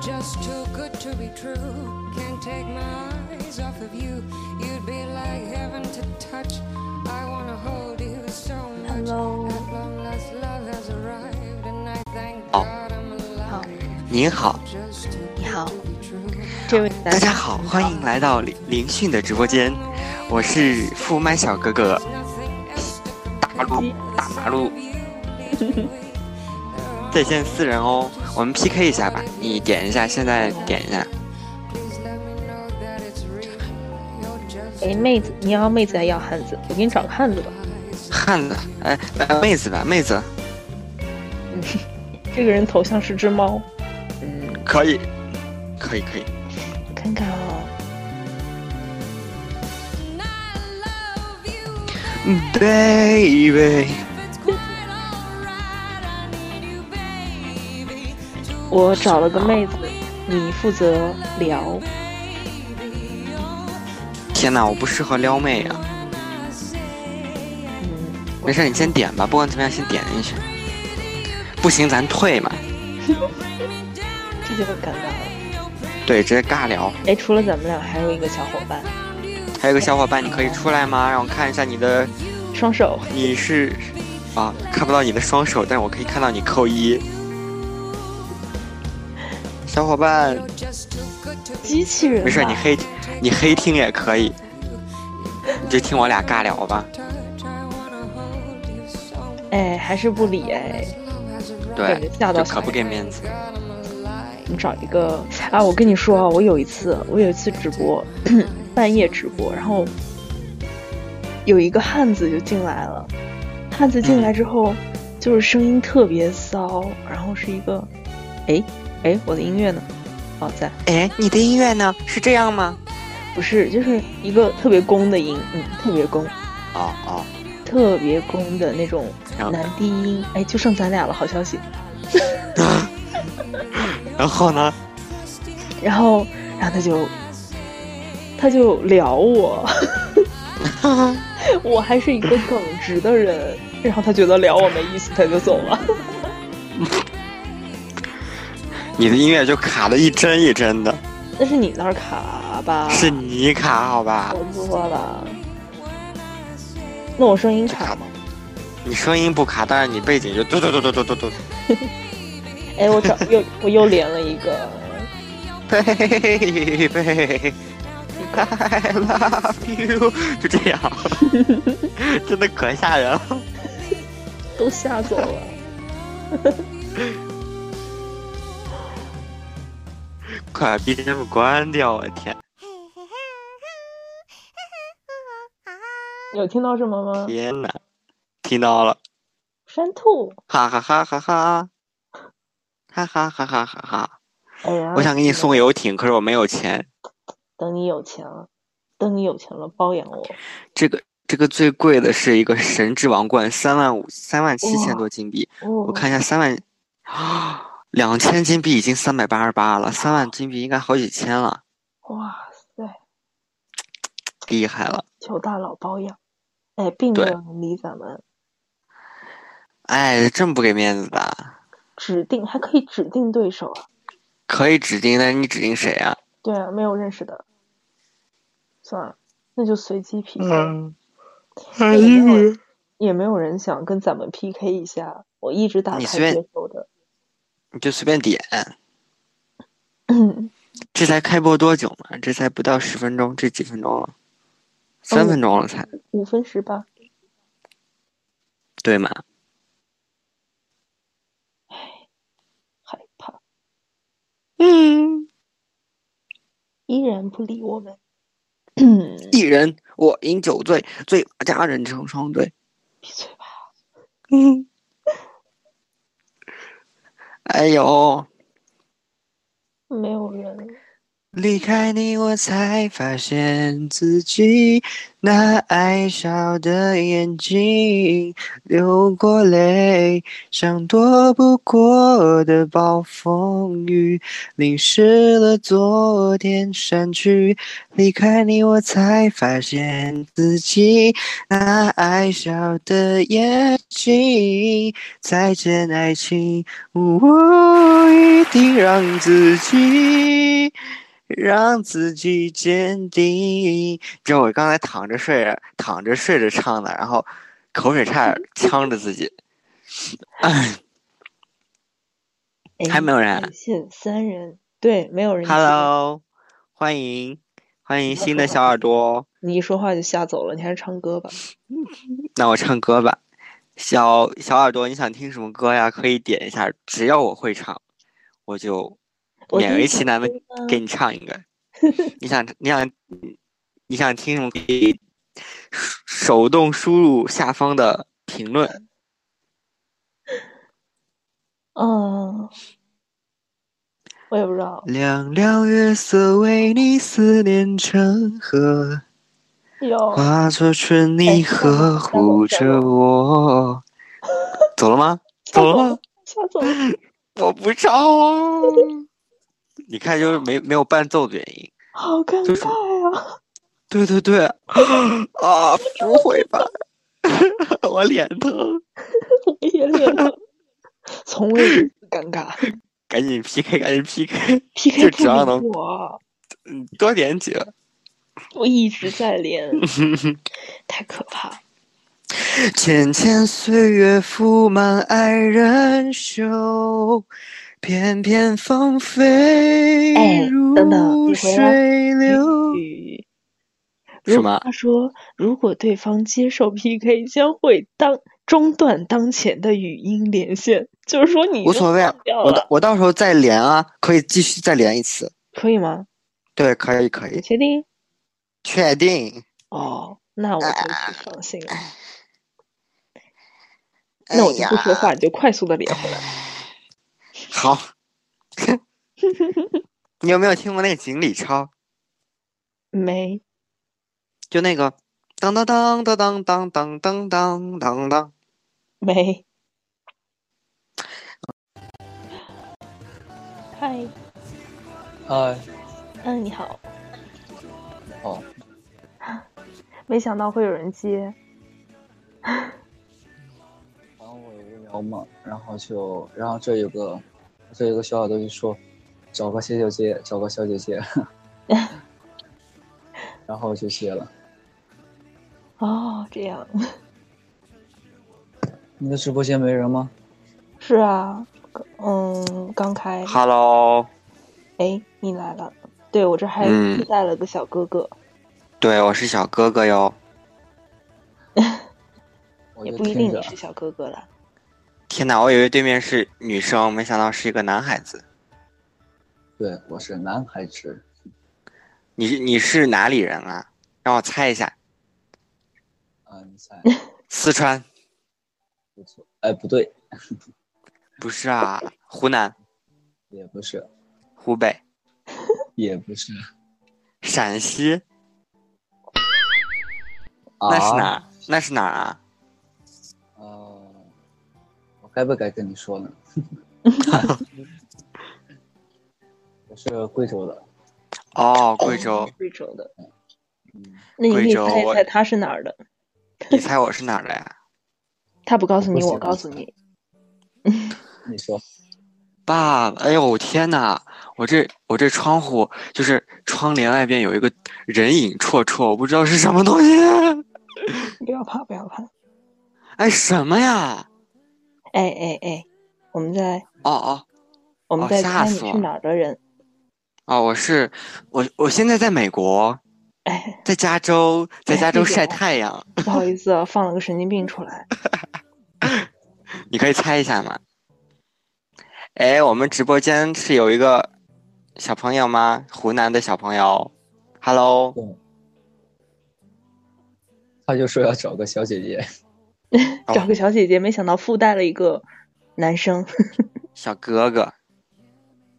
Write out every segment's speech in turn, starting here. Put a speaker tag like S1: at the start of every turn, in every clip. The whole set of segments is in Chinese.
S1: Just too good to be true. Can't take my eyes off of you. You'd be like heaven to touch. I wanna hold you so much.
S2: Hello
S1: At long last, love has arrived, and I thank
S3: Oh.
S1: God I'm alive.
S3: 您好，
S1: Just too
S2: 你好，
S1: good to be true.
S2: 这位
S3: 大家好，欢迎来到林林讯的直播间，我是副麦小哥哥。
S1: Nothing else to
S3: 大路大马路， 在线四人哦，我们 PK 一下吧，你点一下，现在点一下。
S2: 哎，妹子，你要妹子还要汉子？我给你找个汉子吧。
S3: 汉子，哎，来妹子吧，妹子，
S2: 这个人头像是只猫，
S3: 可以，可以，可以。
S2: 看看哦，
S3: 嗯 Baby，
S2: 我找了个妹子，你负责聊。
S3: 天哪，我不适合撩妹啊。
S2: 嗯，
S3: 没事，你先点吧，不管怎么样，先点进去。不行，咱退嘛。
S2: 这就尴尬了。
S3: 对，直接尬聊。
S2: 哎，除了咱们俩，还有一个小伙伴，
S3: 还有个小伙伴，你可以出来吗？让我看一下你的，
S2: 双手。
S3: 你是啊，看不到你的双手，但是我可以看到你扣一。小伙伴，
S2: 机器人吧。
S3: 没事，你黑你黑听也可以，你就听我俩尬聊吧。
S2: 哎，还是不理哎，感
S3: 对
S2: 觉，吓到
S3: 就
S2: 小
S3: 可不给面 子。
S2: 你找一个啊！我跟你说啊，我有一次，我有一次直播， 半夜直播，然后有一个汉子就进来了。汉子进来之后，就是声音特别骚，然后是一个，哎哎，我的音乐呢？哦，在，
S3: 哎，你的音乐呢？是这样吗？
S2: 不是，就是一个特别攻的音，嗯，特别攻，
S3: 哦哦，
S2: 特别攻的那种
S3: 然后
S2: 男低音。哎，就剩咱俩了，好消息。
S3: 然后呢？
S2: 然后，然后他就他就聊 我，我还是一个耿直的人，然后他觉得聊我没意思，他就走了。
S3: 你的音乐就卡的一帧一帧的，
S2: 那是你那儿卡吧？
S3: 是你卡好吧
S2: 我？错了。那我声音卡吗？
S3: 你声音不卡，但是你背景就嘟嘟嘟嘟嘟嘟嘟。
S2: 哎，我找又我又连了一个，
S3: Baby, I love you，就这样，真的可吓人了。
S2: 都吓走了。
S3: 快把 BGM 关掉，我天
S2: 有听到什么吗？
S3: 天哪！听到了，
S2: 山兔。
S3: 哈哈哈哈哈，哈哈哈哈哈哈！
S2: 哎呀，
S3: 我想给你送游艇，可是我没有钱。
S2: 等你有钱了，等你有钱了包养我。
S3: 这个这个最贵的是一个神之王冠，三万五三万七千多金币。
S2: 哦、
S3: 我看一下，三万啊，两千金币已经三百八十八了，三万金币应该好几千了，
S2: 哇塞。
S3: 厉害了！
S2: 求大佬包养。哎，并没
S3: 对
S2: 有人理咱们，
S3: 哎，这么不给面子的，
S2: 指定还可以指定对手啊。
S3: 可以指定，但是你指定谁啊？
S2: 对啊，没有认识的，算了，那就随机 PK。
S3: 嗯，
S2: 也没有也没有人想跟咱们 PK 一下，我一直打
S3: 你
S2: 开
S3: 随便
S2: 接受的。
S3: 你就随便点。这才开播多久嘛？这才不到十分钟，这几分钟了，三分钟了才、
S2: 五分十八，
S3: 对嘛？
S2: 害怕，
S3: 嗯，
S2: 依然不理我们。
S3: 一人我饮酒醉，醉把佳人成双对。
S2: 闭嘴吧！
S3: 嗯， 哎呦，
S2: 没有人，
S3: 离开你，我才发现自己那爱笑的眼睛流过泪，像躲不过的暴风雨，淋湿了昨天山区。离开你，我才发现自己那爱笑的眼睛。再见，爱情，我一定让自己。让自己坚定。就我刚才躺着睡着，躺着睡着唱的，然后口水差点呛着自己。还没有人啊
S2: 微信哎三人，对，没有人。
S3: Hello，欢迎欢迎新的小耳朵。
S2: 你一说话就吓走了，你还是唱歌吧。
S3: 那我唱歌吧。小小耳朵，你想听什么歌呀？可以点一下，只要我会唱，我就
S2: 我
S3: 勉
S2: 听
S3: 为
S2: 小
S3: 其难的
S2: 歌吗
S3: 给你唱一 个。你想你想你想听什么？可以手动输入下方的评论。
S2: 嗯，我也不知道。
S3: 凉凉月色为你思念成河，
S2: 有
S3: 化作春泥呵护着我。走了吗？走了吗？
S2: 吓走了。
S3: 我不唱哦。你看，就是没没有伴奏的原因。
S2: 好尴
S3: 就是
S2: 尬呀、
S3: 对对对，啊，不会吧？ 我脸疼，
S2: 我也脸疼， 从未如此尴尬。
S3: 赶紧 PK，赶紧 PK，
S2: PK
S3: 只要
S2: 不
S3: 能
S2: 赢我，
S3: 嗯多点几个。
S2: 我一直在 连，太可怕了。
S3: 浅浅岁月覆满爱人袖，翩翩芳菲
S2: 哎
S3: 如
S2: 等等你回来
S3: 水流。
S2: 与
S3: 是
S2: 如
S3: 吗
S2: 他说，如果对方接受 PK，将会当中断当前的语音连线，就是说你已
S3: 无
S2: 经
S3: 所谓啊
S2: 断掉
S3: 我到
S2: 了，
S3: 我到时候再连啊，可以继续再连一次。
S2: 可以吗？
S3: 对，可以可
S2: 你
S3: 以，
S2: 确定？
S3: 确定。
S2: 哦，那我
S3: 啊
S2: 就去放心了。
S3: 哎
S2: 那我就不说
S3: 呀。
S2: 话，你就快速的 连回来。
S3: 好。 你有没有听过那个锦鲤抄？
S2: 没，
S3: 就那个当当当当当当当当当当当。
S2: 没。嗨，
S4: 呃，
S2: 嗯，你好。
S4: 哦，
S2: 没想到会有人接，
S4: 然后我有一个聊嘛，然后就，然后这有个，这有个小耳朵就说，找个小姐姐，找个小 姐姐，然后就接了。
S2: 哦，这样
S4: 你的直播间没人吗？
S2: 是啊，嗯，刚开，
S3: Hello，
S2: 哎，你来了，对我这还
S3: 嗯
S2: 自带了个小哥哥，
S3: 对，我是小哥哥哟。
S4: 我
S2: 也
S4: 就
S2: 不一
S4: 听
S2: 定
S4: 着
S2: 你，是小哥哥了，
S3: 天哪，我以为对面是女生，没想到是一个男孩子。
S4: 对，我是男孩子，
S3: 你你是哪里人啊？让我猜一下，
S4: 啊，你猜，
S3: 四川？
S4: 不错，哎，不对，
S3: 不是啊，湖南、
S4: 也不是，
S3: 湖北、
S4: 也不是，
S3: 陕西，
S4: 啊，
S3: 那是哪儿？那是哪儿啊？
S4: 呃，我该不该跟你说 呢？ 我是贵州的，
S3: 哦，贵州。
S2: 贵州的，
S4: 嗯，
S2: 那你可以
S3: 贵州
S2: 猜一
S3: 我
S2: 猜他是哪儿的，
S3: 你猜我是哪儿的呀？
S2: 他不告诉你，
S4: 不
S2: 我
S4: 行
S2: 告诉你，
S4: 你说，
S3: 爸爸，哎呦天哪！我这我这窗户就是窗帘外边有一个人影绰绰，我不知道是什么东西。
S2: 不要怕，不要怕，
S3: 哎，什么呀？
S2: 哎哎哎，我们在
S3: 哦哦
S2: 我们
S3: 哦
S2: 在
S3: 吓
S2: 猜你
S3: 死
S2: 是
S3: 我了
S2: 哪儿的人，
S3: 哦，我是我我现在在美国，
S2: 哎，
S3: 在加州，在
S2: 哎
S3: 加州
S2: 那个
S3: 晒太阳。
S2: 不好意思啊，放了个神经病出来，
S3: 你可以猜一下吗？哎，我们直播间是有一个小朋友吗？湖南的小朋友，Hello，
S4: 他就说要找个小姐姐，
S3: 哦
S2: 找个小姐姐，没想到附带了一个男生，
S3: 小哥哥，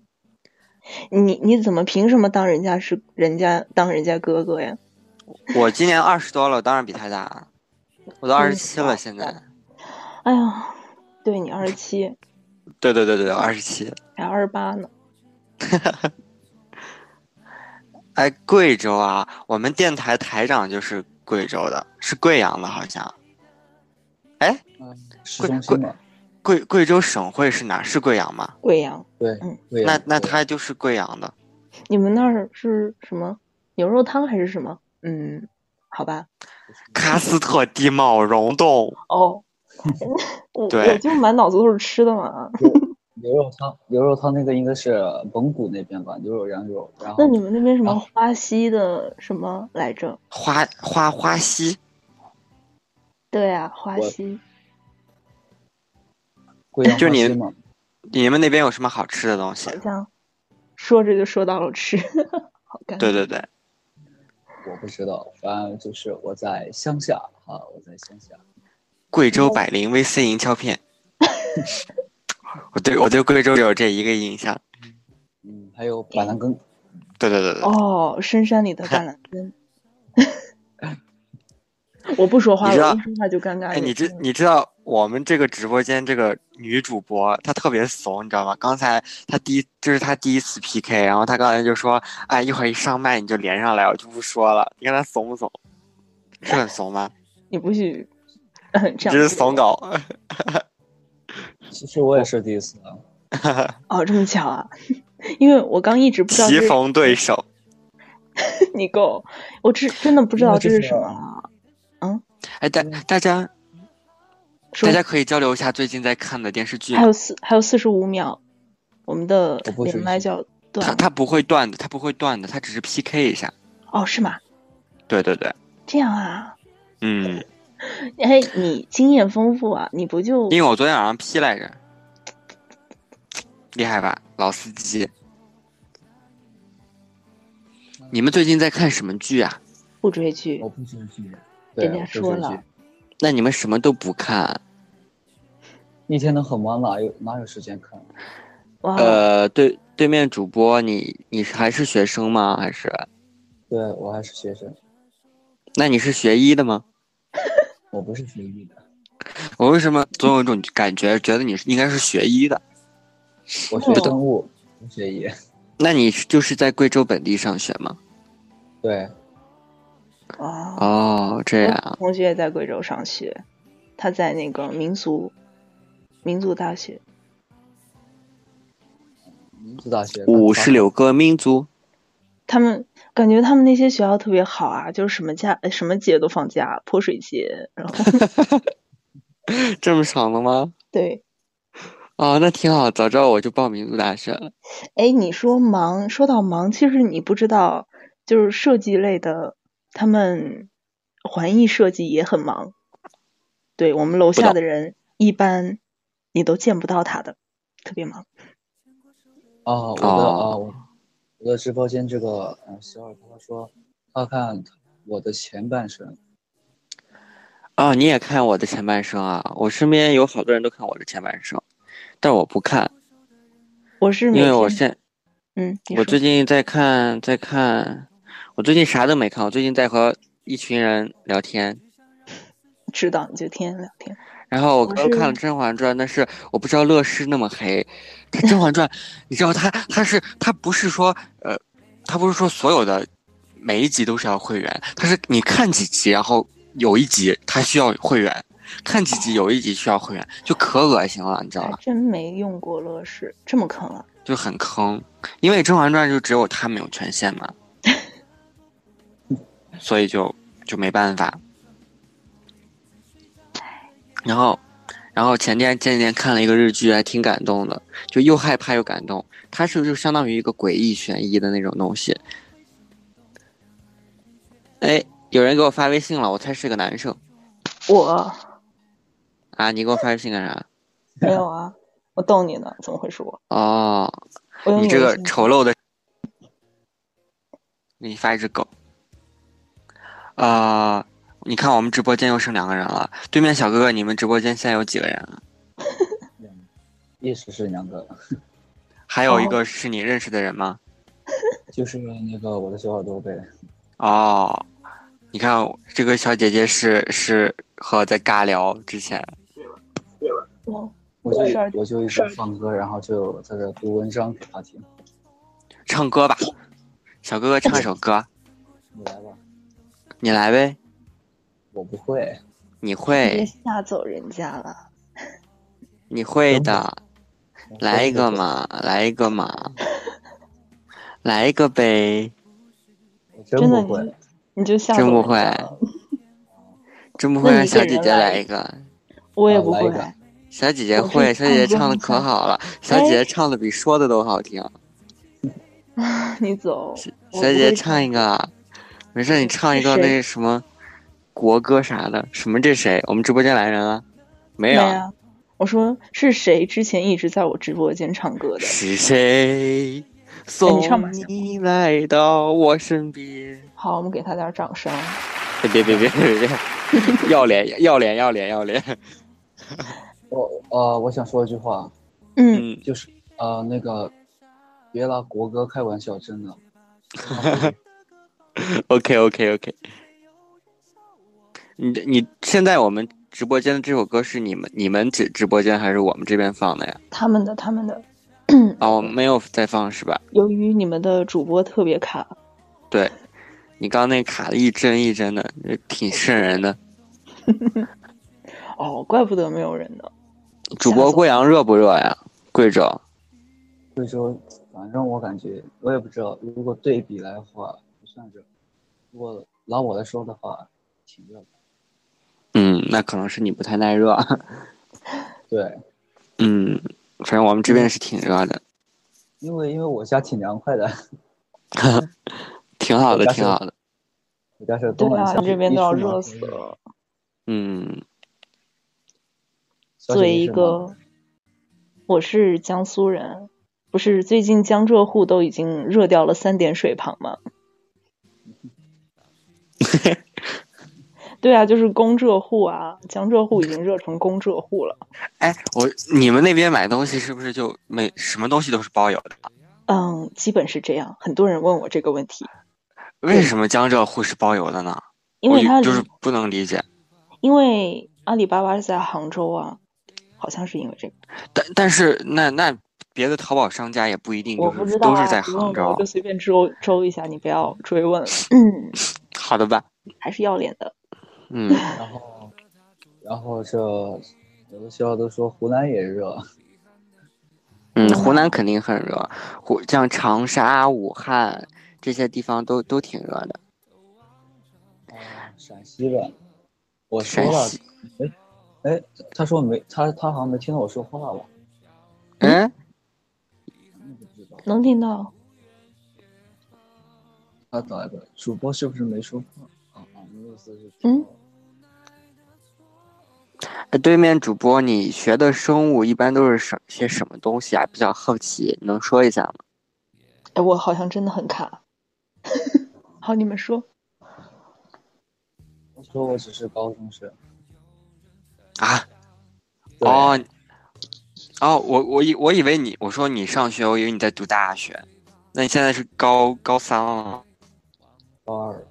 S2: 你你怎么凭什么当人家是人家当人家哥哥呀？
S3: 我今年二十多了，我当然比他大啊，我都二十七了，现在。
S2: 哎呀，对你二十七，
S3: 对对对对，二十七。
S2: 还二十八呢。
S3: 哎，贵州啊，我们电台台长就是贵州的，是贵阳的，好像。哎，
S4: 嗯， 市中心嘛，
S3: 贵贵州省会是哪？是贵阳吗？
S2: 贵阳，
S4: 对
S2: 嗯，
S4: 对
S3: 那
S4: 呀
S3: 那
S4: 对
S3: 他就是贵阳的。
S2: 你们那儿是什么牛肉汤还是什么？嗯，好吧。
S3: 喀斯特地貌溶洞，
S2: 哦， 我我
S3: 对哦
S2: 就满脑子都是吃的嘛。
S4: 牛肉汤，牛肉汤那个应该是蒙古那边吧，牛肉羊肉，然后
S2: 那你们那边什么
S3: 哦
S4: 啊
S2: 花溪的什么来着？
S3: 花花花溪，
S2: 对啊，花
S4: 我
S2: 溪。
S4: 贵阳
S3: 就
S4: 花
S3: 你
S4: 溪嘛，
S3: 你们那边有什么好吃的东西啊
S2: 好？像说着就说到了吃， 好尴尬。
S3: 对对对，
S4: 我不知道，反正就是我在乡下啊，我在乡下，
S3: 贵州百灵 VC 银壳片。 我对我对贵州只有这一个印象。
S4: 嗯，还有板蓝根，
S3: 对对对对，
S2: 哦，深山里的橄榄根。 我不说话
S3: 你知
S2: 了，
S3: 道
S2: 一说话就尴尬了。
S3: 哎，你知你知道我们这个直播间这个女主播她特别怂，你知道吗？刚才她第一这是她第一次 PK，然后她刚才就说：“哎，一会儿一上麦你就连上来，我就不说了。”你看她怂不怂？是很怂吗？
S2: 你不许这
S3: 这
S2: 样
S3: 是
S2: 子
S3: 怂狗。
S4: 其实我也是第一次啊，
S2: 哦，这么巧啊！ 因为我刚一直不知道
S3: 棋
S2: 这
S3: 逢对手，
S2: 你够，我真真的不知
S4: 因为
S2: 道
S4: 就
S2: 这是
S4: 是
S2: 什么啊了。
S3: 哎，大大家
S2: 说
S3: 大家可以交流一下最近在看的电视剧
S2: 还。有四还有四十五秒，我们的
S4: 我不
S2: 连
S4: 追
S2: 麦
S4: 星
S2: 叫
S3: 它
S2: 断
S3: 它不会断的，它不会断的，它只是 PK 一下。
S2: 哦，是吗？
S3: 对对对，
S2: 这样啊？
S3: 嗯，
S2: 哎，你经验丰富啊，你不就
S3: 因为我昨天晚上 P 来着，厉害吧，老司机。你们最近在看什么剧啊？
S2: 不追剧
S4: 我？不追剧，对，
S2: 人家
S4: 我不
S2: 说
S4: 追
S2: 了
S4: 剧，
S3: 那你们什么都不
S2: 啊
S3: 看？
S4: 一天都很忙，哪有哪有时间看？
S2: 哇，哦
S3: 呃，对，对面主播，你你是还是学生吗？还是？
S4: 对我还是学生，
S3: 那你是学医的吗？
S4: 我不是学医的，
S3: 我为什么总有一种感觉，觉得你应该是学医的？
S4: 我
S2: 哦
S4: 学生物，不学医。
S3: 那你是就是在贵州本地上学吗？
S4: 对，
S2: 哇，
S3: 哦，这样啊，
S2: 同学也在贵州上学，他在那个民族民族大学。
S4: 民族大学
S3: 五十，六个民族，
S2: 他们感觉他们那些学校特别好啊，就是什么假呃什么节都放假，泼水节， 然后
S3: 这么爽的吗？
S2: 对，
S3: 哦，那挺好，早知道我就报民族大学了。
S2: 哎，你说忙，说到忙，其实你不知道，就是设计类的，他们环艺设计也很忙。对我们楼
S3: 不
S2: 下
S3: 懂
S2: 的人，一般你都见不到他的，特别忙。
S4: 啊，我的
S3: 哦
S4: 啊，我我的直播间这个嗯小耳他说，他看我的前半生，
S3: 哦，你也看我的前半生啊？我身边有好多人都看我的前半生，但我不看，
S2: 我是
S3: 因
S2: 每
S3: 为我
S2: 天
S3: 现
S2: 嗯，你
S3: 我
S2: 说
S3: 最近在看在看，我最近啥都没看，我最近在和一群人聊天。
S2: 知道你就天天聊天，
S3: 然后我
S2: 我
S3: 刚看了
S2: 是
S3: 《甄嬛传》，但是我不知道乐师那么黑。他《甄嬛传》，你知道他他是他不是说呃，他不是说所有的每一集都是要会员，他是你看几集，然后有一集他需要会员，看几集有一集需要会员，就可恶心了，你知道
S2: 还
S3: 吧？
S2: 真没用过乐视，这么坑啊！
S3: 就很坑，因为《甄嬛传》就只有他们有权限嘛，所以就就没办法。然后，然后前天前几天看了一个日剧，还挺感动的，就又害怕又感动。它是就相当于一个诡异悬疑的那种东西。哎，有人给我发微信了，我猜是个男生
S2: 我
S3: 啊！你给我发微信干啥？
S2: 没有啊，我逗你呢，怎么会是我？
S3: 哦，
S2: 我用
S3: 你
S2: 你
S3: 这
S2: 微
S3: 个
S2: 信
S3: 丑陋的，给你发一只狗。啊、你看我们直播间又剩两个人了。对面小哥哥，你们直播间现在有几个人啊？
S4: 一直是两个，
S3: 还有一个是你认识的人吗？
S4: 就是那个我的小耳朵呗。
S3: 哦，你看这个小姐姐是是和我在尬聊之前，
S2: 哦，
S4: 我就一
S2: 是啊
S4: 我就一
S2: 是
S4: 直
S2: 啊
S4: 放歌，然后就在这读文章给他听。
S3: 唱歌吧，小哥哥唱一首歌，
S4: 你来吧，
S3: 你来呗，
S4: 我不会，
S2: 别
S3: 你会，
S2: 吓走人家了。
S3: 你会的，
S4: 我会
S3: 来一个
S4: 就
S3: 嘛，来一个嘛，来一个呗，
S4: 我真
S2: 真的
S4: 不会，
S2: 你你就吓走
S3: 真
S2: 人
S3: 不
S2: 家
S3: 会
S2: 了，
S3: 真不会
S2: 那
S3: 让
S2: 你一
S3: 小
S2: 个
S3: 姐
S2: 人
S3: 姐
S2: 来
S3: 来一个。
S2: 我也
S4: 啊
S2: 不
S4: 来
S2: 会。
S4: 一个
S3: 小姐姐
S2: 我是
S3: 会，小姐姐唱的可
S2: 唱歌很
S3: 好了，小姐
S2: 哎
S3: 姐唱的比说的都好听。
S2: 你走，
S3: 小姐姐唱一
S2: 个。
S3: 个，啊没事，你唱一个
S2: 是谁
S3: 那什么国歌啥的。什么这谁？我们直播间来人了？没
S2: 对
S3: 有。啊
S2: 呀，啊我说是谁之前一直在我直播间唱歌的？
S3: 是谁
S2: 哎你唱吧
S3: 送你来到我身边？
S2: 好，我们给他点掌声。
S3: 哎别别别别 别！要脸要脸要脸要脸！
S4: 我呃，我想说一句话，
S2: 嗯，
S3: 嗯，
S4: 就是呃，那个别拿国歌开玩笑，真的。啊
S3: OK OK OK，你你现在我们直播间的这首歌是你们你们直直播间还是我们这边放的呀？
S2: 他们的他们的，
S3: 哦，没有在放是吧？
S2: 由于你们的主播特别卡，
S3: 对，你刚那卡的一帧一帧的，挺瘆人的。
S2: 哦，怪不得没有人呢。
S3: 主播贵阳热不热呀？贵州
S4: 所以说，反正我感觉我也不知道，如果对比来的话，不算热。如果拿我来说的话，挺热的。
S3: 嗯，那可能是你不太耐热。
S4: 对，
S3: 嗯，反正我们这边是挺热的，
S4: 因为因为我家挺凉快的，
S3: 挺好的，
S4: 但是
S3: 挺好的。
S4: 我家是
S2: 对
S4: 东南
S2: 啊，
S4: 向，
S2: 你这边
S4: 一
S2: 都要
S4: 出门
S2: 热
S4: 就
S2: 死
S4: 热。
S2: 了。
S3: 嗯，
S4: 小
S2: 作为
S4: 姐姐
S2: 一
S4: 是哪
S2: 个，我是江苏人，不是最近江浙沪都已经热掉了三点水旁吗？对啊，就是江浙沪啊，江浙沪已经热成江浙沪了。
S3: 哎，我你们那边买东西是不是就每什么东西都是包邮的？
S2: 嗯，基本是这样。很多人问我这个问题，
S3: 为什么江浙沪是包邮的呢？
S2: 因为
S3: 我
S2: 它
S3: 哦就
S2: 离
S3: 是不能理解。
S2: 因为阿里巴巴是在杭州啊，好像是因为这个，
S3: 但但是那那别的淘宝商家也不一定
S2: 我
S3: 就
S2: 不
S3: 是
S2: 知道
S3: 都
S2: 啊。
S3: 是在
S2: 不问
S3: 杭
S2: 我
S3: 州
S2: 就。随便周周一下，你不要追 问了。嗯，
S3: 好的吧，
S2: 还是要脸的。
S3: 嗯。
S4: 然后，然后这有的学校都说湖南也热，啊
S3: 嗯，
S2: 嗯
S3: 湖南肯定很热，湖像长沙、武汉这些地方都都挺热的。
S4: 啊陕西的，我说
S3: 陕
S4: 了
S3: 西，，
S4: 哎，他说没，他他好像没听到我说话吧？
S3: 嗯，
S4: 嗯不知道，
S2: 能听到？
S4: 他打的主播是不是没说话？啊啊，那意思是
S2: 嗯
S3: 哎对面主播，你学的生物一般都是什些什么东西啊？比较好奇，能说一下吗？
S2: 哎，我好像真的很卡。 好，你们说。
S4: 我说我只是高中生。
S3: 啊，
S4: 对，
S3: 哦，哦，我我以我以为你，我说你上学，我以为你在读大学，那你现在是高高三了吗？
S4: 高二，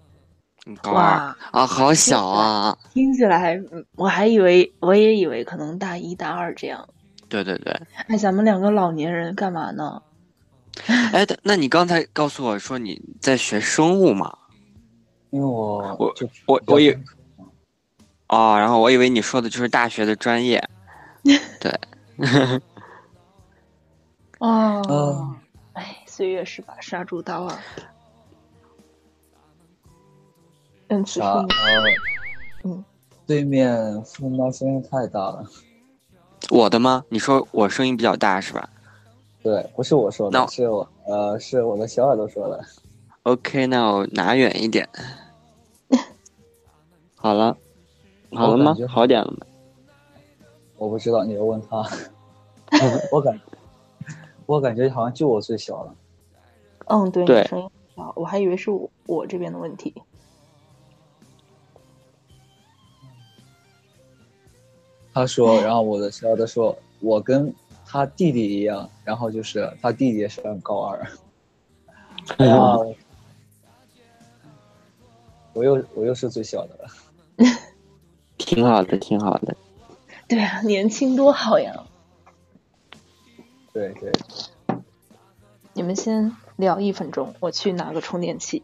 S3: 你高二啊，好小啊！
S2: 听起来嗯我还以为，我也以为可能大一大二这样。
S3: 对对对，
S2: 哎，咱们两个老年人干嘛呢？
S3: 哎，但那你刚才告诉我说你在学生物嘛？
S4: 因为我
S3: 我
S4: 就
S3: 我
S4: 比较
S3: 我也
S4: 专注嘛
S3: 哦，然后我以为你说的就是大学的专业，对，
S2: 啊
S3: 哦
S4: 嗯，
S2: 哎，岁月是把杀猪刀啊。嗯，此
S4: 啥
S2: 处
S4: 呃，
S2: 嗯，
S4: 对面父妈声音太大了，
S3: 我的吗？你说我声音比较大是吧
S4: 对，不是我说
S3: 那
S4: 的，是我呃是我的小耳朵说的。
S3: ？OK，那我拿远一点。好了，好了
S4: 我
S3: 吗
S4: 感觉？
S3: 好点了吗？
S4: 我不知道，你要问他。 我感，我感觉好像就我最小了。
S2: 嗯，对，
S3: 对
S2: 你声音小，我还以为是我我这边的问题。
S4: 他说，然后我的小耳朵说，我跟他弟弟一样，然后就是他弟弟也上高 二，
S3: 哎
S4: 然
S3: 呀，
S4: 后我又我又是最小的了，
S3: 挺好的，挺好的。
S2: 对啊，年轻多好呀！
S4: 对对，
S2: 你们先聊一分钟，我去拿个充电器。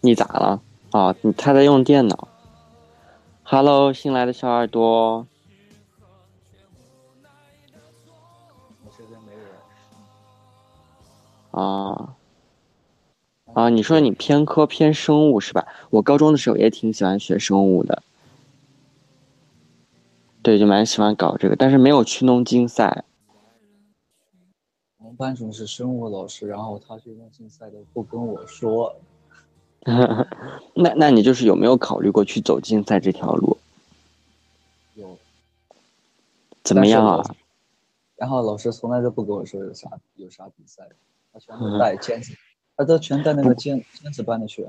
S3: 你咋了？啊，你他在用电脑。Hello，新来的小耳朵，
S4: 我这边没人。
S3: 啊啊，你说你偏科偏生物是吧？我高中的时候也挺喜欢学生物的，对，就蛮喜欢搞这个，但是没有去弄竞赛。
S4: 我们班主任是生物老师，然后他去弄竞赛都不跟我说，
S3: 那那你就是有没有考虑过去走竞赛这条路？
S4: 有，
S3: 怎么样啊
S4: 但是？然后老师从来都不跟我说有啥有啥比赛，他全都带尖子，他都全带那个尖尖子班的去。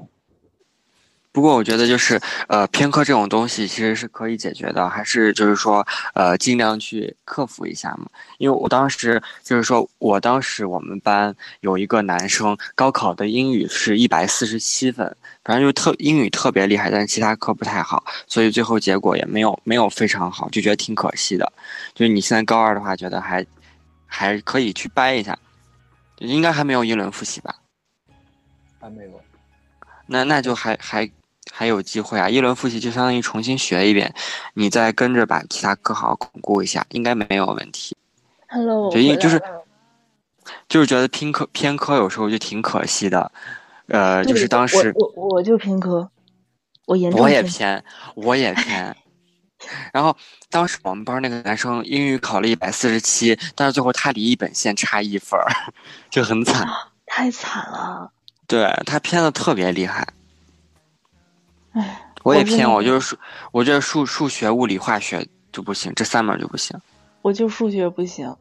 S3: 不过我觉得就是呃偏科这种东西其实是可以解决的，还是就是说呃尽量去克服一下嘛。因为我当时就是说我当时我们班有一个男生高考的英语是一百四十七分，反正就特英语特别厉害，但是其他科不太好，所以最后结果也没有没有非常好，就觉得挺可惜的。就是你现在高二的话，觉得还还可以去掰一下，应该还没有英伦复习吧？
S4: 还没有，
S3: 那那就还还还有机会啊！一轮复习就相当于重新学一遍，你再跟着把其他课好好巩固一下，应该没有问题。
S2: Hello，我
S3: 对因
S2: 回
S3: 为
S2: 来
S3: 就是
S2: 了
S3: 就是觉得偏科偏科有时候就挺可惜的，呃，
S2: 对
S3: 就是当时
S2: 我我我就偏科，我严重
S3: 我也
S2: 偏
S3: 偏，我也偏。 然后当时我们班那个男生英语考了一百四十七，但是最后他离一本线差一分儿， 就很惨。
S2: 太惨了。
S3: 对他偏的特别厉害。
S2: 唉，
S3: 我也
S2: 我真的
S3: 偏，我就是数，我这数数学、物理、化学就不行，这三门就不行。
S2: 我就数学不行，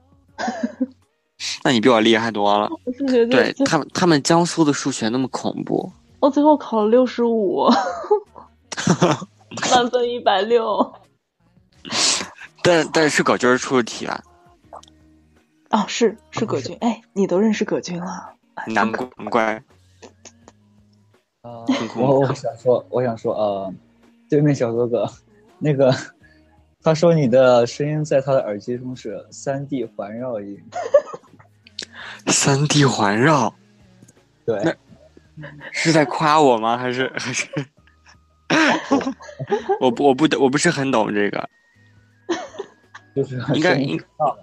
S3: 那你比我厉害多了。
S2: 我数学就
S3: 对
S2: 就
S3: 他们，他们江苏的数学那么恐怖，
S2: 我最后考了六十 五，满分一百六。
S3: 但但是搞今儿出的题啊，
S2: 哦，是是 葛军，哎，你都认识葛军了？
S3: 难怪难怪。
S4: 啊、
S3: 空
S4: 我我想说，我想说，呃，对面小哥哥，那个，他说你的声音在他的耳机中是三 D 环绕音，
S3: 三 D 环绕
S4: 对，
S3: 那是在夸我吗？还是 还是？我不我不我不是很懂这个，
S4: 就是
S3: 应该
S4: 声音
S3: 应
S4: 大了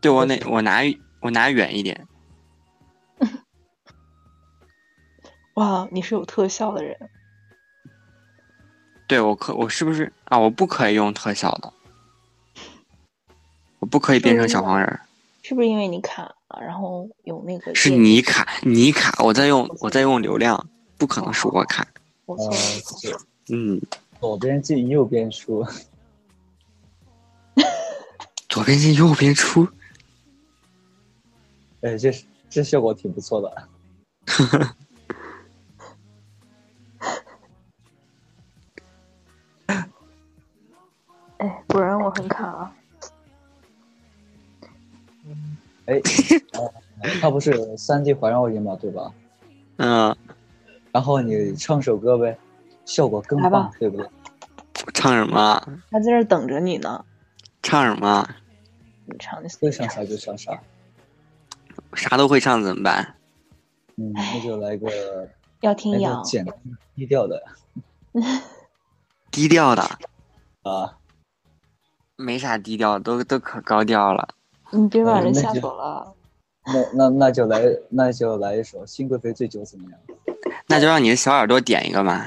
S3: 对我那我拿我拿远一点。
S2: 哇，你是有特效的人，
S3: 对我可我是不是啊？我不可以用特效的，我不可以变成小黄人儿，
S2: 是不是因为你卡了，然后有那个
S3: 是
S2: 电
S3: 你卡你卡，我在用我在用流量，不可能是我卡。
S2: 我错
S4: 呃，
S2: 了，
S4: 是
S3: 嗯，
S4: 左边进右边出，
S3: 左边进右边出，
S4: 哎，这是这效果挺不错的。
S2: 哎，果然我很卡啊。
S4: 哎，呃它不是三 D 环绕音嘛，对吧？
S3: 嗯，
S4: 然后你唱首歌呗，效果更
S2: 来吧
S4: 棒，对不对？
S3: 唱什么啊？
S2: 他在这儿等着你呢，
S3: 唱什么啊？
S2: 你尝你自
S4: 会
S2: 己
S4: 唱
S2: 尝
S4: 啥就唱啥。
S3: 啥都会唱怎么办？
S4: 嗯，那就来个
S2: 要听
S4: 来
S2: 杨
S4: 个，简单低调的
S3: 低调的，
S4: 啊，
S3: 没啥低调，都都可高调了。
S2: 你别把
S4: 嗯
S2: 人
S4: 那
S2: 吓
S4: 就
S2: 走了。
S4: 那那那就来那就来一首《新贵妃醉酒》怎么样？
S3: 那就让你的小耳朵点一个嘛。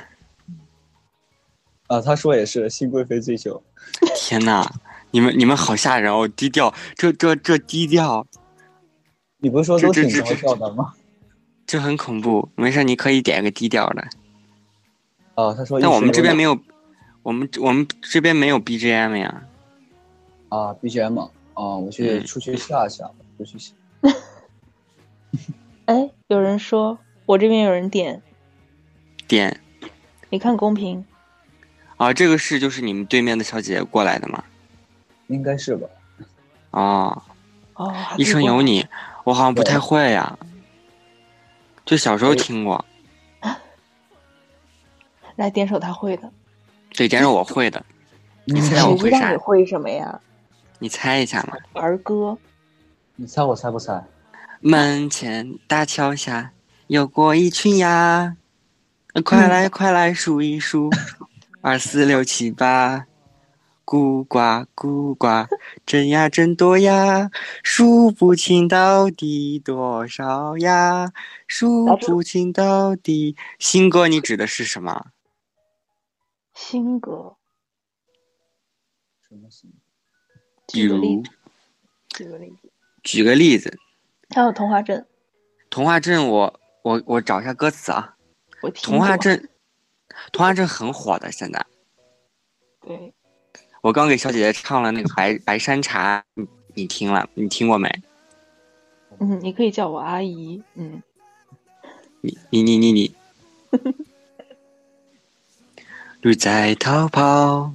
S4: 啊，他说也是《新贵妃醉酒
S3: 天呐，你们你们好吓人哦！低调，这这这低调，》，
S4: 你不是说
S3: 这
S4: 都
S3: 这
S4: 挺
S3: 这
S4: 高
S3: 这
S4: 调的吗？
S3: 这很恐怖。没事，你可以点一个低调的。
S4: 啊，他说一
S3: 但我们这
S4: 直有
S3: 边没有，我们我们这边没有 BGM 呀。
S4: 啊 BGM 啊，我去
S3: 嗯
S4: 出去下一下，出去下
S2: 哎，有人说我这边有人点，
S3: 点
S2: 你看公屏，
S3: 啊，这个是就是你们对面的小姐姐过来的吗？
S4: 应该是吧？
S3: 啊，
S2: 哦，
S3: 一生有
S2: 你，
S3: 你，我好像不太会呀，就小时候听过，
S2: 来点首他会的。
S3: 这点是我会的，
S4: 你
S3: 猜
S4: 猜
S2: 谁
S3: 我会
S2: 知
S3: 啥
S2: 道你会什么呀？
S3: 你猜一下嘛？
S2: 儿歌。
S4: 你猜我猜不猜？
S3: 门前大桥下有过一群鸭，呃快
S2: 嗯
S3: 来快来数一数，二四六七八，咕呱咕呱，真呀真多呀，数不清到底多少呀，数不清到底。新歌你指的是什么？
S2: 新歌，
S4: 什么星？
S3: 比
S2: 举个例
S3: 如
S2: 子，举个例子，
S3: 举个例子，
S2: 还有童话镇，
S3: 童话镇我我我找一下歌词啊，
S2: 我听
S3: 童话
S2: 过
S3: 镇，童话镇很火的现在。
S2: 对，
S3: 我刚给小姐姐唱了那个白白山茶，你你听了？你听过没？
S2: 嗯，你可以叫我阿姨，嗯，
S3: 你你你你你，驴在逃跑，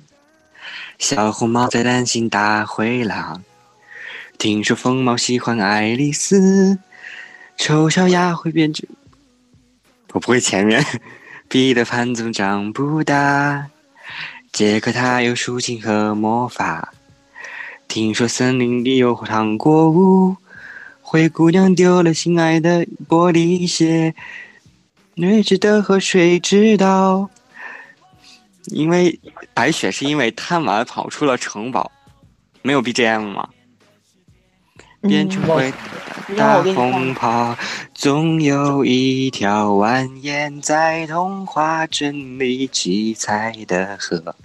S3: 小红帽在担心大灰狼。听说疯帽喜欢爱丽丝，丑小鸭会变成……我不会前面。 彼得潘总长不大，杰克他有竖琴和魔法。听说森林里有糖果屋，灰姑娘丢了心爱的玻璃鞋，睿智的河水知道。因为白雪是因为贪玩跑出了城堡，没有 BGM 吗？变成灰
S2: 嗯你让
S3: 大
S2: 我给你
S3: 红
S2: 放，
S3: 袍，总有一条蜿蜒在童话镇里七彩的河，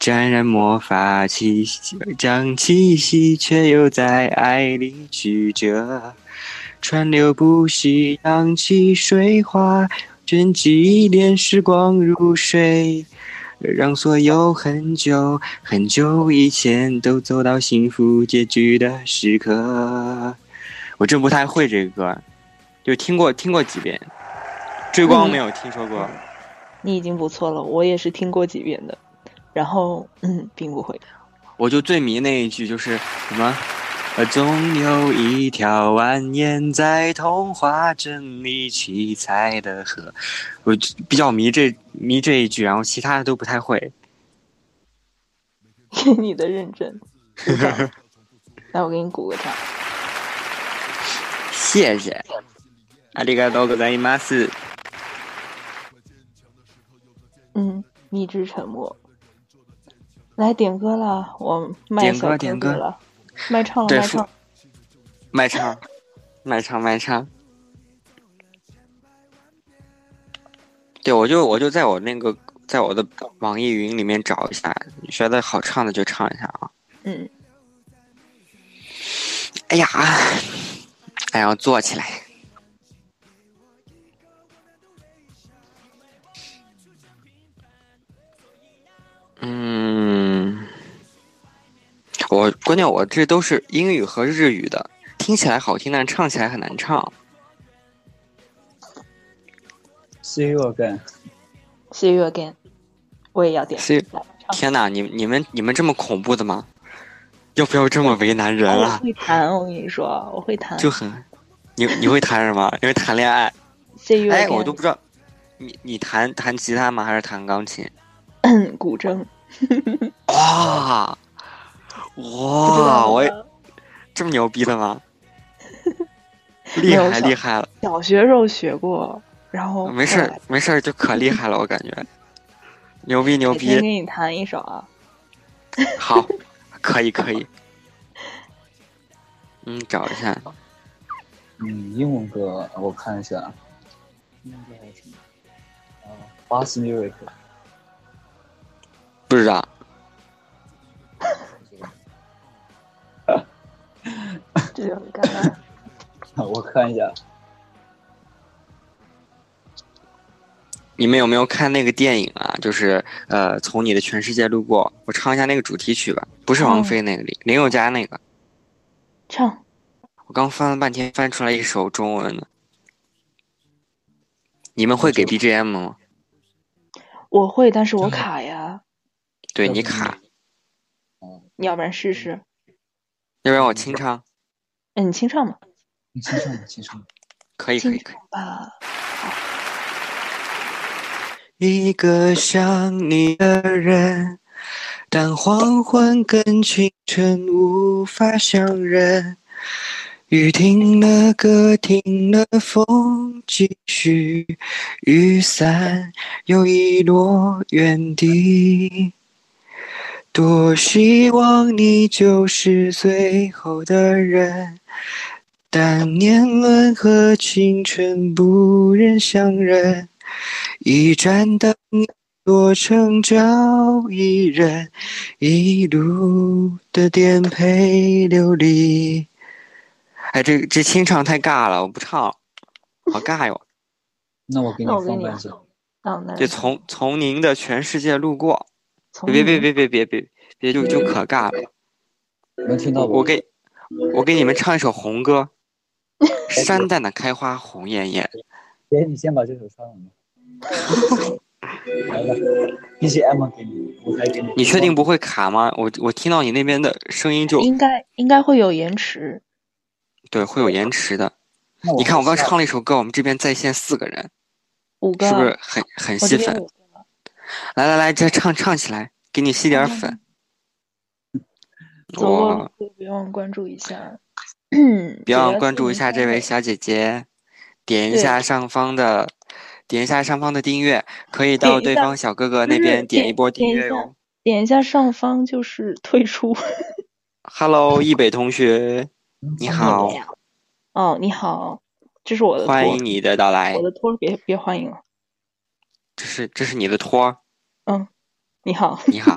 S3: 沾染魔法气息，将气息却又在爱里曲折，川流不息，扬起水花，卷起一帘时光如水。让所有很久很久以前都走到幸福结局的时刻。我真不太会这个歌，就听过听过几遍。追光没有听说过，
S2: 你已经不错了，我也是听过几遍的，然后嗯，并不会，
S3: 我就最迷那一句就是什么，呃，总有一条蜿蜒在童话镇里七彩的河，我就比较迷这迷这一句，然后其他的都不太会。
S2: 给你的认真，鼓掌来，我给你鼓个掌，
S3: 谢谢，ありがとうございます。
S2: 嗯，一直沉默，来点歌了，我卖
S3: 点
S2: 小
S3: 歌
S2: 哥
S3: 点
S2: 哥
S3: 歌
S2: 了，卖唱了，
S3: 对
S2: 卖
S3: 付
S2: 唱了，
S3: 卖唱，卖唱，卖唱。对，我就我就在我那个在我的网易云里面找一下，你觉得好唱的就唱一下啊。
S2: 嗯，
S3: 哎呀，哎呀，我坐起来。嗯，我关键我这都是英语和日语的，听起来好听，但唱起来很难唱。
S4: See you again。
S2: 谢月 again，我也要点，
S3: See you
S2: 来唱。
S3: 天哪，你你们你们这么恐怖的吗？要不要这么为难人
S2: 我
S3: 啊？
S2: 会弹，我跟你说，我会弹。
S3: 就很，你你会谈什么？你会谈恋爱？
S2: C U
S3: 哎，我都不知道，你你弹弹吉他吗？还是弹钢琴？
S2: 嗯古筝，
S3: 啊哇
S2: 不知
S3: 哇，
S2: 道
S3: 我也
S2: 吗
S3: 这么牛逼的 吗？
S2: 没
S3: 厉
S2: 有
S3: 害
S2: 小
S3: 厉害了，
S2: 小学时候学过，然后
S3: 没事
S2: 后
S3: 儿
S2: 来
S3: 没事儿就可厉害了，我感觉，牛逼 牛
S2: 改天
S3: 逼，
S2: 给你弹一首 啊。
S3: 好，可以可以，嗯，找一下，
S4: 嗯，英文歌我看一下，英文歌还有什么？啊，Bass Lyric，
S3: 不知道，
S2: 这就很尴尬。
S4: 我看一下。
S3: 你们有没有看那个电影啊？就是呃，从你的全世界路过，我唱一下那个主题曲吧，不是王菲那个，林林宥嘉那个。
S2: 唱
S3: 我刚翻了半天，翻出来一首中文的。你们会给 BGM 吗？
S2: 我会，但是我卡呀，
S3: 对你卡，
S2: 你要不然试试？
S3: 要不然我清唱，
S2: 哎，你清唱吧，
S4: 你清唱吧，清唱吧。
S3: 可以可
S2: 清
S3: 以可以
S2: 唱。吧。
S3: 一个想你的人，当黄昏跟清晨无法相认，雨停了歌，停了风，继续雨伞又遗落原地。多希望你就是最后的人，但年轮和青春不忍相认。一盏灯，落成照一人，一路的颠沛流离。哎，这这清唱太尬了，我不唱了，好尬哟！
S4: 那我给你
S2: 那我给
S4: 放
S2: 你啊
S4: 半首，
S2: 到那
S3: 就
S2: 儿
S3: 从从您的全世界路过，
S2: 从
S3: 别别
S2: 你
S3: 别别别别别就就可尬了。
S4: 能听到
S3: 我给，我给你们唱一首红歌，《山蛋的开花红艳艳》。
S4: 姐，哎你先把这首唱完吧。来吧，BGM 给你，舞台给你。
S3: 你确定不会卡吗？我我听到你那边的声音就
S2: 应该应该会有延迟，
S3: 对会有延迟的。
S4: 那
S3: 你看我刚
S4: 下
S3: 唱了一首歌，我们这边在线四个人，
S2: 五个
S3: 是不是很很
S2: 啊我
S3: 吸
S2: 这边
S3: 粉
S2: 有？
S3: 来来来，这唱唱起来，给你吸点粉。
S2: 走过
S3: 我
S2: 路过别忘关注一下，嗯
S3: 别忘
S2: 给
S3: 关注一下这
S2: 四
S3: 位
S2: 零三
S3: 小姐姐，点一
S2: 对
S3: 下上方的，点一下上方的订阅，可以到
S2: 点一
S3: 对
S2: 下
S3: 方小哥哥
S2: 不
S3: 那
S2: 是
S3: 边点一
S2: 点
S3: 波订
S2: 点一
S3: 阅哦
S2: 下
S3: 哟。
S2: 点一下上方就是退出。
S3: Hello，易北同学，你好，
S2: 哦，你好，这是我的托，
S3: 欢迎你的到来
S2: 我。的托别别欢迎了。
S3: 这是这是你的托儿，
S2: 你好，
S3: 你 好，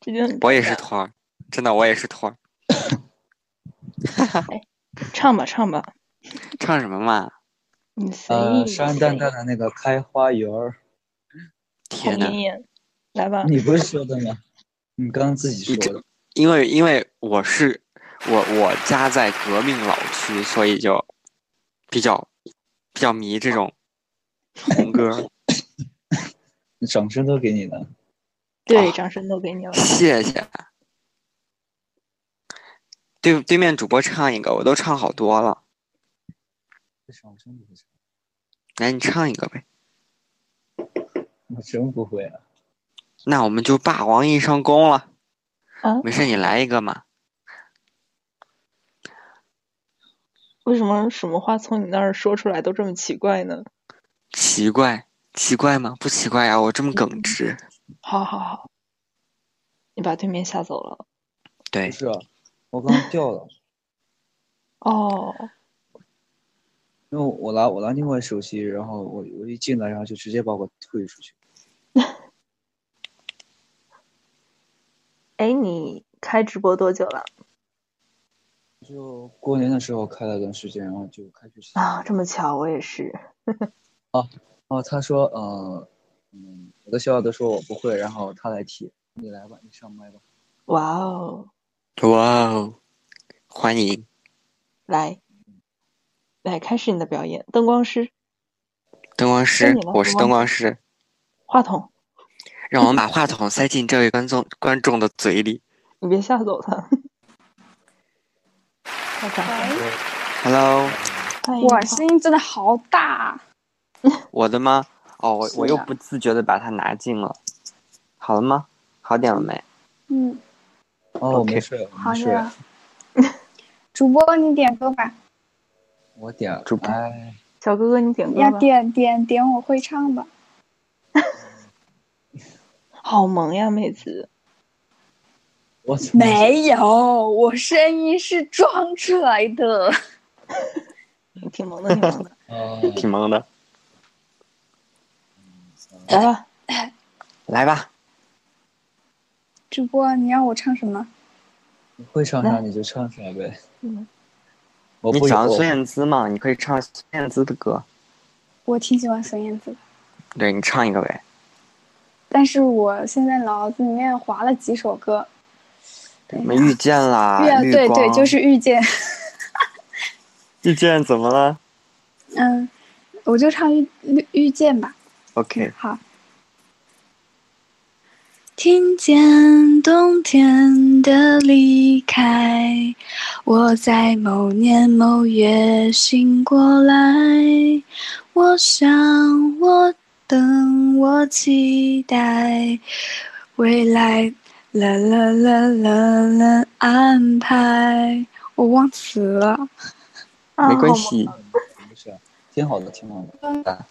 S2: 这就很
S3: 我也
S2: 尴
S3: 是
S2: 尬
S3: 托儿，真的我也是托儿。
S2: 唱吧唱吧，
S3: 唱什么嘛？
S2: 你随意
S4: 呃，
S2: 你
S4: 山
S2: 随
S4: 蛋
S2: 意
S4: 蛋的那个开花园儿，
S2: 好
S3: 天呐！
S2: 明艳，来吧，
S4: 你不是说的吗？你刚刚自己
S3: 你
S4: 说
S3: 这
S4: 的。
S3: 因为因为我是我我家在革命老区，所以就比较比较迷这种红歌。
S4: 掌声都给你了。
S2: 对，
S3: 啊
S2: 掌声都给你了。
S3: 谢谢。对对面主播唱一个，我都唱好多了，
S4: 这首我真不会唱，
S3: 来你唱一个呗。
S4: 我真不会啊。
S3: 那我们就霸王硬上弓了。
S2: 啊
S3: 没事，你来一个嘛。
S2: 为什么什么话从你那儿说出来都这么奇怪呢？
S3: 奇怪，奇怪吗？不奇怪呀、我这么耿直。
S2: 好好好，你把对面吓走了。
S4: 不
S3: 对，
S4: 是啊，我刚刚掉了，
S2: 哦，
S4: 因为我拿我拿另外手机，然后我我一进来，然后就直接把我退出去。
S2: 哎，你开直播多久了？
S4: 就过年的时候开了一段时间，然后就开学期。
S2: 啊，这么巧，我也是。
S4: 哦，他说，呃，嗯，我的小伙都说我不会，然后他来替，你来吧，你上麦吧。
S2: 哇哦，
S3: 哇哦，欢迎。
S2: 来，来开始你的表演，灯光师，
S3: 灯光师
S2: 你，了
S3: 我是灯
S2: 灯光
S3: 光师。
S2: 话筒，
S3: 让我们把话筒塞进这位观众观众的嘴里。
S2: 你别吓走他。快掌声，
S3: Hello，
S2: 欢迎
S5: 哇，
S2: 你
S5: 声音真的好大！
S3: 我的吗？哦，我
S4: 是
S3: 我又
S4: 啊
S3: 不自觉的把它拿近了。好了吗？好点了没？
S5: 嗯，
S4: 哦，我
S3: OK
S4: 没睡，我
S5: 好
S4: 没睡，
S5: 呀。 主播，你点歌吧，
S4: 我点了
S3: 主播
S4: 哎，
S2: 小哥哥，你点
S5: 你
S2: 歌
S5: 要
S2: 吧。
S5: 点点点我会唱吧。
S2: 好萌呀，妹子。
S4: 我怎么
S5: 没有，我声音是装出来的。
S2: 你挺萌的，挺萌的，
S4: 哦，
S3: 挺萌的。
S2: 来吧，
S3: 来吧，
S5: 主播，你让我唱什么？
S4: 你会唱啥你就唱啥呗。
S2: 嗯
S4: 我
S3: 你
S4: 不
S3: 喜欢
S4: 有
S3: 孙燕姿吗？你可以唱孙燕姿的歌。
S5: 我挺喜欢孙燕姿的，
S3: 对你唱一个呗。
S5: 但是我现在脑子里面划了几首歌，
S3: 我们遇见啦，
S5: 遇
S3: 啊绿
S5: 对
S3: 光。
S5: 对，就是遇见，
S3: 遇见，怎么了
S5: 嗯，我就唱遇遇遇见吧。
S3: ？OK，
S5: 好。听见冬天的离开，我在某年某月醒过来。我想，我等，我期待未来，啦啦啦啦啦，安排。我忘词了。
S2: 啊
S6: 没
S2: 好
S6: 关
S2: 吗
S6: 系，
S4: 没事，挺好的，挺好的。啊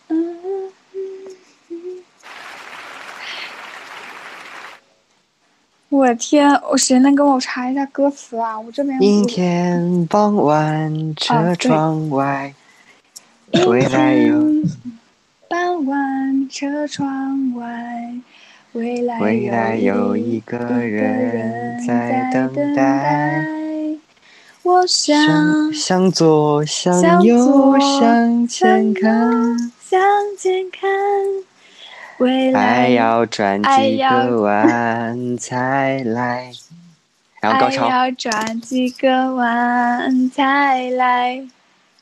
S5: 我天，我谁能给我查一下歌词啊？我这边
S3: 阴天傍晚，车
S5: 啊对嗯
S3: 窗外，
S5: 阴
S3: 未来有
S5: 天傍晚，车窗外，未来
S3: 未来有一个
S5: 个
S3: 人在
S5: 等
S3: 等待。。
S5: 我想
S3: 向向左，向
S5: 向
S3: 右，
S5: 左
S3: 向前
S5: 向
S3: 看，
S5: 向前看，未
S3: 爱
S5: 来
S3: 要转
S5: 爱
S3: 几
S5: 要
S3: 个弯才来。然哎后高
S5: 还
S3: 潮，
S5: 要转几个弯才来。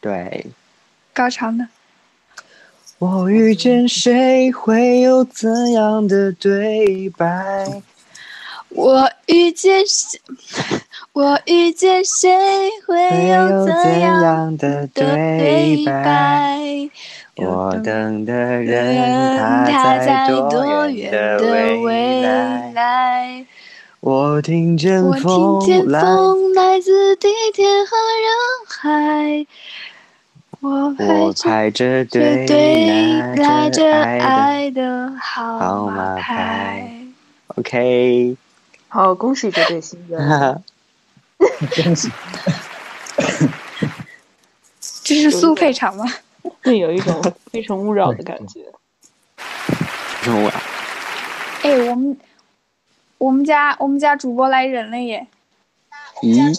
S3: 对。
S5: 高潮呢？
S3: 我遇见谁会有怎样的对白？
S5: 我遇见谁？我遇见谁
S3: 会
S5: 会
S3: 有
S5: 有
S3: 怎
S5: 怎样
S3: 样的
S5: 的
S3: 对
S5: 对
S3: 白？
S5: 白？
S3: 我等的人
S5: 人
S3: 他
S5: 他
S3: 在
S5: 在
S3: 多
S5: 多
S3: 远
S5: 远
S3: 的
S5: 的
S3: 未
S5: 未
S3: 来？
S5: 来？
S3: 我听见
S5: 我听见
S3: 风来，
S5: 风来自地铁和人海，我
S3: 我
S5: 排着
S3: 排着
S5: 队
S3: 队拿
S5: 拿
S3: 着
S5: 着
S3: 爱的。
S5: 爱的号
S3: 码
S5: 码
S3: 牌
S5: 牌。
S3: OK，
S2: 好，恭喜这对新
S3: 哈
S2: 人。
S3: 哈，
S5: 这是苏配场吗？
S2: 对，有一种《非诚勿扰》的感 觉。
S3: 中午啊，
S5: 哎，我们我们家我们家主播来人了耶！
S6: 咦，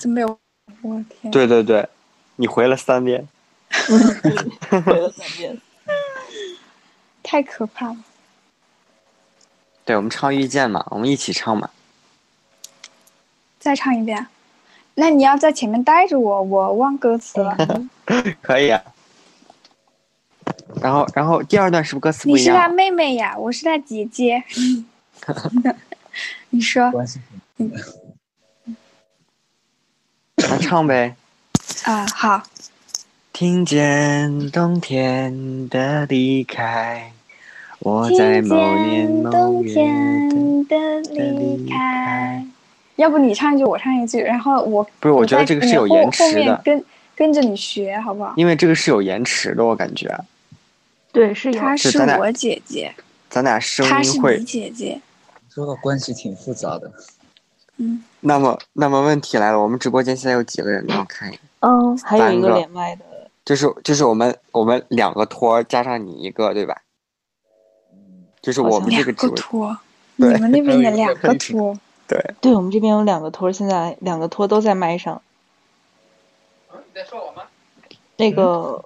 S5: 怎么有？我天！
S6: 对对对，你回了三遍，
S2: 回了三遍。
S5: 太可怕了！
S6: 对我们唱遇见嘛，我们一起唱嘛，
S5: 再唱一遍。那你要在前面带着我，我忘歌词 了。
S6: 可以啊。然后，然后第二段是不是歌词
S5: 你
S6: 不一
S5: 是他
S6: 样？
S5: 妹妹呀，我是他姐 姐。你说
S4: 关系很
S6: 那唱呗。
S5: 啊、好，
S3: 听见冬天的离开，我
S5: 听
S3: 在
S5: 见
S3: 某年某
S5: 冬
S3: 月的。
S5: 天的离开。要不你唱一句，我唱一句，然后我
S6: 不是我
S5: 我
S6: 觉得
S5: 在
S6: 这个
S5: 你
S6: 是有
S5: 后
S6: 延迟
S5: 后面
S6: 的
S5: 跟跟着你学好不好？
S6: 因为这个是有延迟的，我感觉啊
S2: 对，是有。
S5: 她
S6: 是
S5: 是
S6: 咱俩
S5: 我姐姐，
S6: 咱俩声
S5: 她是
S6: 音会
S5: 你姐姐。
S4: 说到关系挺复杂的，
S5: 嗯，
S6: 那么，那么问题来了，我们直播间现在有几个人呢？我看一眼，
S2: 嗯，还有一
S6: 三
S2: 个
S6: 个
S2: 连麦的，
S6: 就是就是我们我们两个托儿加上你一个，对吧？就是我们这
S5: 两
S6: 个直
S5: 个
S6: 播，
S5: 托， 你
S6: 对
S5: 们那边也两
S6: 还有
S5: 个
S6: 一个可以
S5: 托。
S2: 对我们这边有两个托儿，现在两个托儿都在麦上。你在说我吗？那个，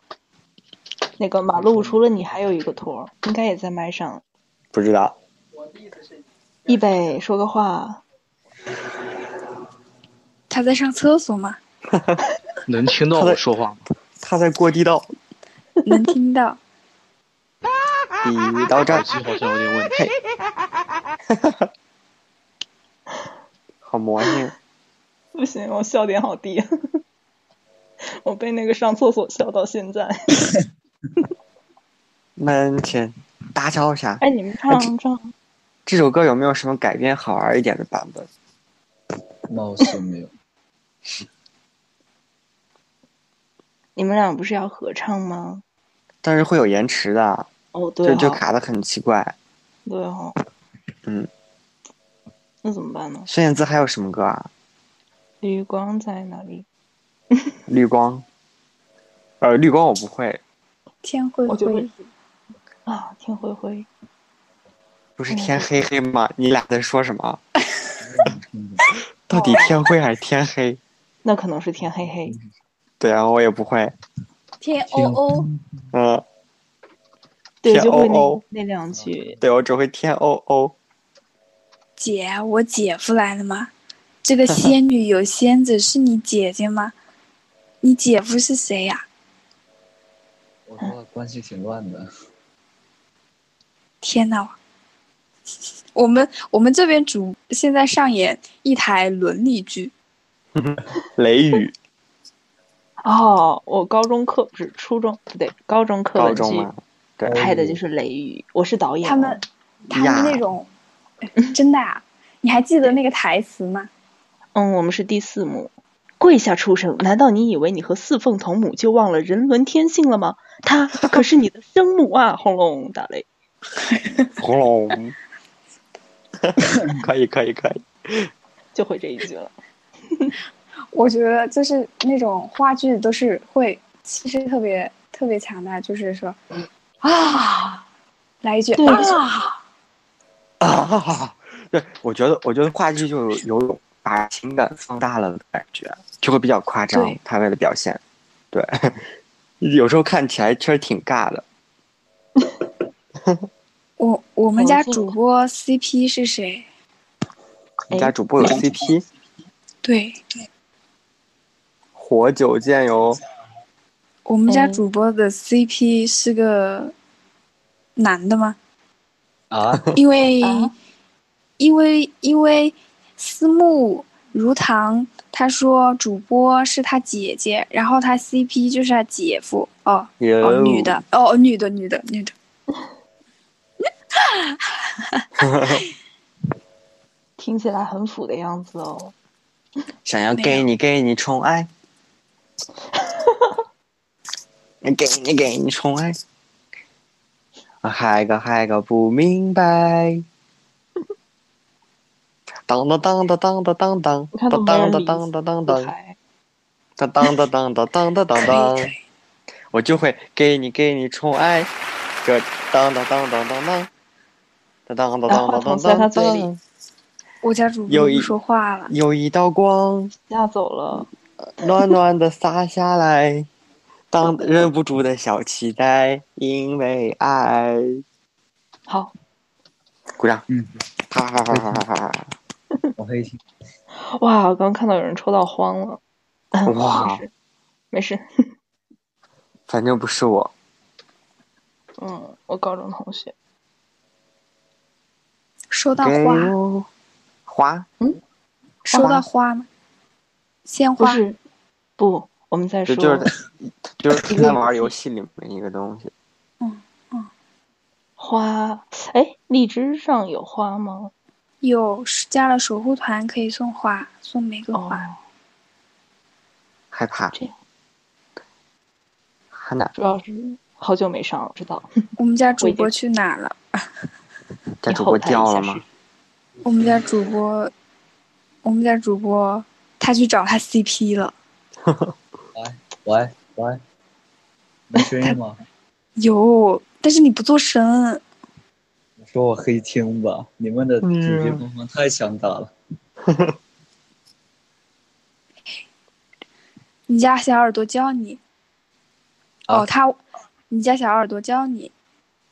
S2: 那个马路除了你还有一个托儿，应该也在麦上。
S6: 不知道
S2: 一北说个话，
S5: 她在上厕所吗？
S7: 能听到我说话吗？
S6: 他在过地道，
S5: 能听到。
S6: 地道
S7: 耳
S6: 战
S7: 机好像有点问题。
S6: 好魔性，
S2: 不行，我笑点好低， 我被那个上厕所笑到现在。
S6: 门前搭桥啥？
S2: 哎， 你们唱唱，
S6: 这首歌有没有什么改编好玩一点的版本？
S4: 貌似没有。
S2: 你们俩不是要合唱吗？
S6: 但是会有延迟的，
S2: 哦，对
S7: 啊
S6: 就就
S2: 哈
S6: 卡的很奇怪。
S2: 对哦，
S6: 嗯，
S2: 那怎么办呢？
S6: 孙燕姿还有什么歌啊？
S2: 绿光在哪里？
S6: 绿光，呃，绿光我不会，
S5: 天灰
S2: 我就会
S5: 灰，
S2: 啊，天灰灰，
S6: 不是天黑黑吗？你俩在说什么？到底天灰还是天 黑？
S2: 那可能是天黑黑。
S6: 对啊，我也不会。
S5: 天哦哦，
S3: 呃
S6: 嗯，
S2: 对，
S6: 天
S2: 就会
S6: 哦哦
S2: 那那两句。
S6: 对我只会天哦哦。
S5: 姐，啊我姐夫来了吗？这个仙女有仙子是你姐姐吗？你姐夫是谁呀、
S4: 我说关系挺乱的，
S5: 天呐，我们我们这边主现在上演一台伦理剧，
S3: 雷雨，
S2: 哦，我高中课不是初中不对，高中课
S3: 高
S2: 文
S3: 中
S2: 剧
S3: 嘛，对，
S2: 拍的就是《雷雨》，我是导演。哦
S5: 他们他
S3: 呀
S5: 们那种真的啊，你还记得那个台词吗？
S2: 嗯，我们是第四幕。跪下，畜生！难道你以为你和四凤同母就忘了人伦天性了吗？她可是你的生母啊！轰隆打雷，
S3: 轰隆，可以可以可以，
S2: 就会这一句了。
S5: 我觉得就是那种话剧都是会气势特别特别强大，就是说啊，来一句
S2: 对
S5: 啊，
S3: 啊， 对，我觉得我觉得话剧就有种把情感放大了的感觉，就会比较夸张
S5: 对，
S3: 他为了表现，对， 有时候看起来确实挺尬的。
S5: 我我们家
S2: 我做
S5: 主播 CP 是谁？
S3: 你家主播有 CP，
S5: 对
S3: 活久见哟，
S5: 我们家
S2: 嗯
S5: 主播的 CP 是个男的吗？
S4: 啊，
S3: 哦
S5: 因为、
S2: 啊
S5: 因为因为思慕如堂他说主播是他姐姐，然后他 CP 就是他姐夫哦。哦，
S3: 有
S5: 女的，哦，女的，女的，女的。
S2: 听起来很腐的样子哦。
S3: 想要
S5: 没
S3: 给
S5: 有
S3: 你给你宠爱， 给你给你宠爱，啊嗨个嗨个不明白。当当当当当当当当
S2: 你看都
S3: 当
S2: 没人
S3: 当
S2: 理
S3: 当当当当当
S2: 不
S3: 当
S2: 开
S3: 当当当当当当当当，我就会给你给你宠爱，这当当当当当当，当当当
S2: 把话
S3: 当
S2: 筒
S3: 当
S2: 塞
S3: 当
S2: 他嘴里
S3: 当，
S5: 我家主
S3: 有
S5: 播
S3: 一
S5: 不说话了，
S3: 有一道光
S2: 吓走了。
S3: 暖暖的洒下来，当忍不住的小期待，因为爱。
S2: 好，
S3: 鼓掌，
S4: 嗯，
S3: 哈哈哈哈哈哈！
S4: 我黑心，
S2: 哇！我刚看到有人抽到荒了。
S3: 哇
S2: 没事，没事。
S3: 反正不是我，
S2: 嗯，我高中同学，
S5: 收到
S3: 给
S5: 花，
S3: 我花
S5: 收到花吗？鲜
S2: 不
S5: 花，
S2: 是，不，我们在
S3: 这
S2: 说
S3: 就是 就是他玩游戏里面一个东西，
S2: 花。哎，荔枝上有花吗？
S5: 有加了守护团可以送花，送玫瑰
S2: 哦
S5: 花。，
S3: 害怕
S2: 这样，
S3: 还哪
S2: 主要是好久没上了，知道。
S5: 我们家主
S2: 我
S5: 播
S2: 已
S5: 去哪儿了？
S3: 家
S2: 你
S3: 主
S2: 后
S3: 播
S2: 台一下
S3: 掉了
S2: 试
S3: 吗
S2: 试？？
S5: 我们家主播，我们家主播他去找他 CP 了。
S4: 喂喂，没声音吗？
S5: 有，但是你不做声，
S4: 你 说我黑听吧，你们的主角光环太强大了。
S5: 你家小耳朵教你。
S4: 啊
S5: 哦，他，你家小耳朵教你，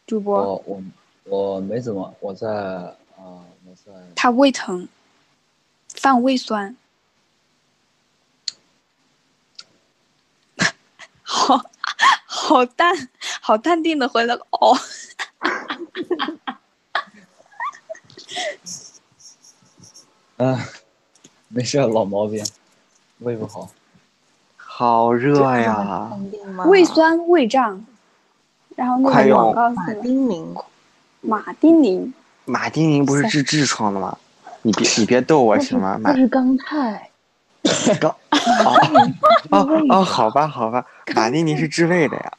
S5: 主播、
S4: 我我我没怎么，我在啊、我在
S5: 他胃疼，犯胃酸。 好好淡好淡定的回了个哦，
S4: 啊，没事，老毛病，胃不 好。
S3: 好热哎呀！
S2: 肯定吗
S5: 胃酸胃胀。然后
S3: 快
S5: 那个
S3: 用
S5: 广告
S2: 马
S5: 词，
S2: 丁宁
S5: 马丁宁，
S3: 马丁宁不是治痔疮的吗？你别你别逗我行吗？马
S2: 那是刚泰，
S3: 刚 哦哦哦，好吧好吧，马丁宁是治胃的呀。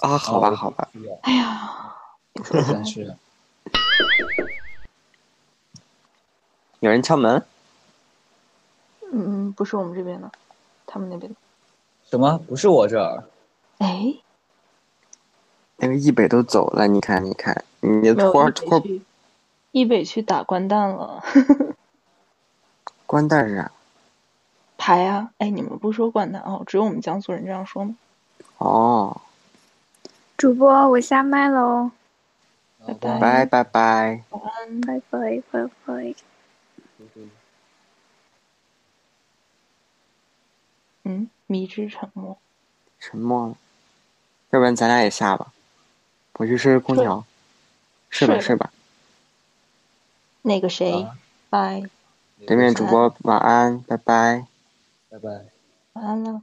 S3: 啊，好吧好吧，
S4: 不需要，
S2: 哎呀，
S4: 不想吃。
S3: 有人敲门，
S2: 嗯嗯，不是我们这边的，他们那边的。
S4: 什么？不是我这儿，
S2: 哎，
S3: 那个易北都走了，你看你看，你
S2: 没有
S3: 托儿
S2: 易北
S3: 托儿
S2: 去，易北去打官蛋 了，
S3: 关蛋儿啊！
S2: 排啊！哎，你们不说官蛋哦，只有我们江苏人这样说吗？
S3: 哦，
S5: 主播我下麦喽，
S4: 拜
S2: 拜
S3: 拜拜拜，
S5: 拜拜拜拜。
S2: 嗯，迷之沉默。
S3: 沉默了，要不然咱俩也下吧，我去吹吹空调。是吧
S2: 是
S3: 是吧？
S2: 那个谁
S4: 啊，
S2: 拜
S3: 对面主播晚安，拜拜。
S4: 拜拜。
S2: 晚安了。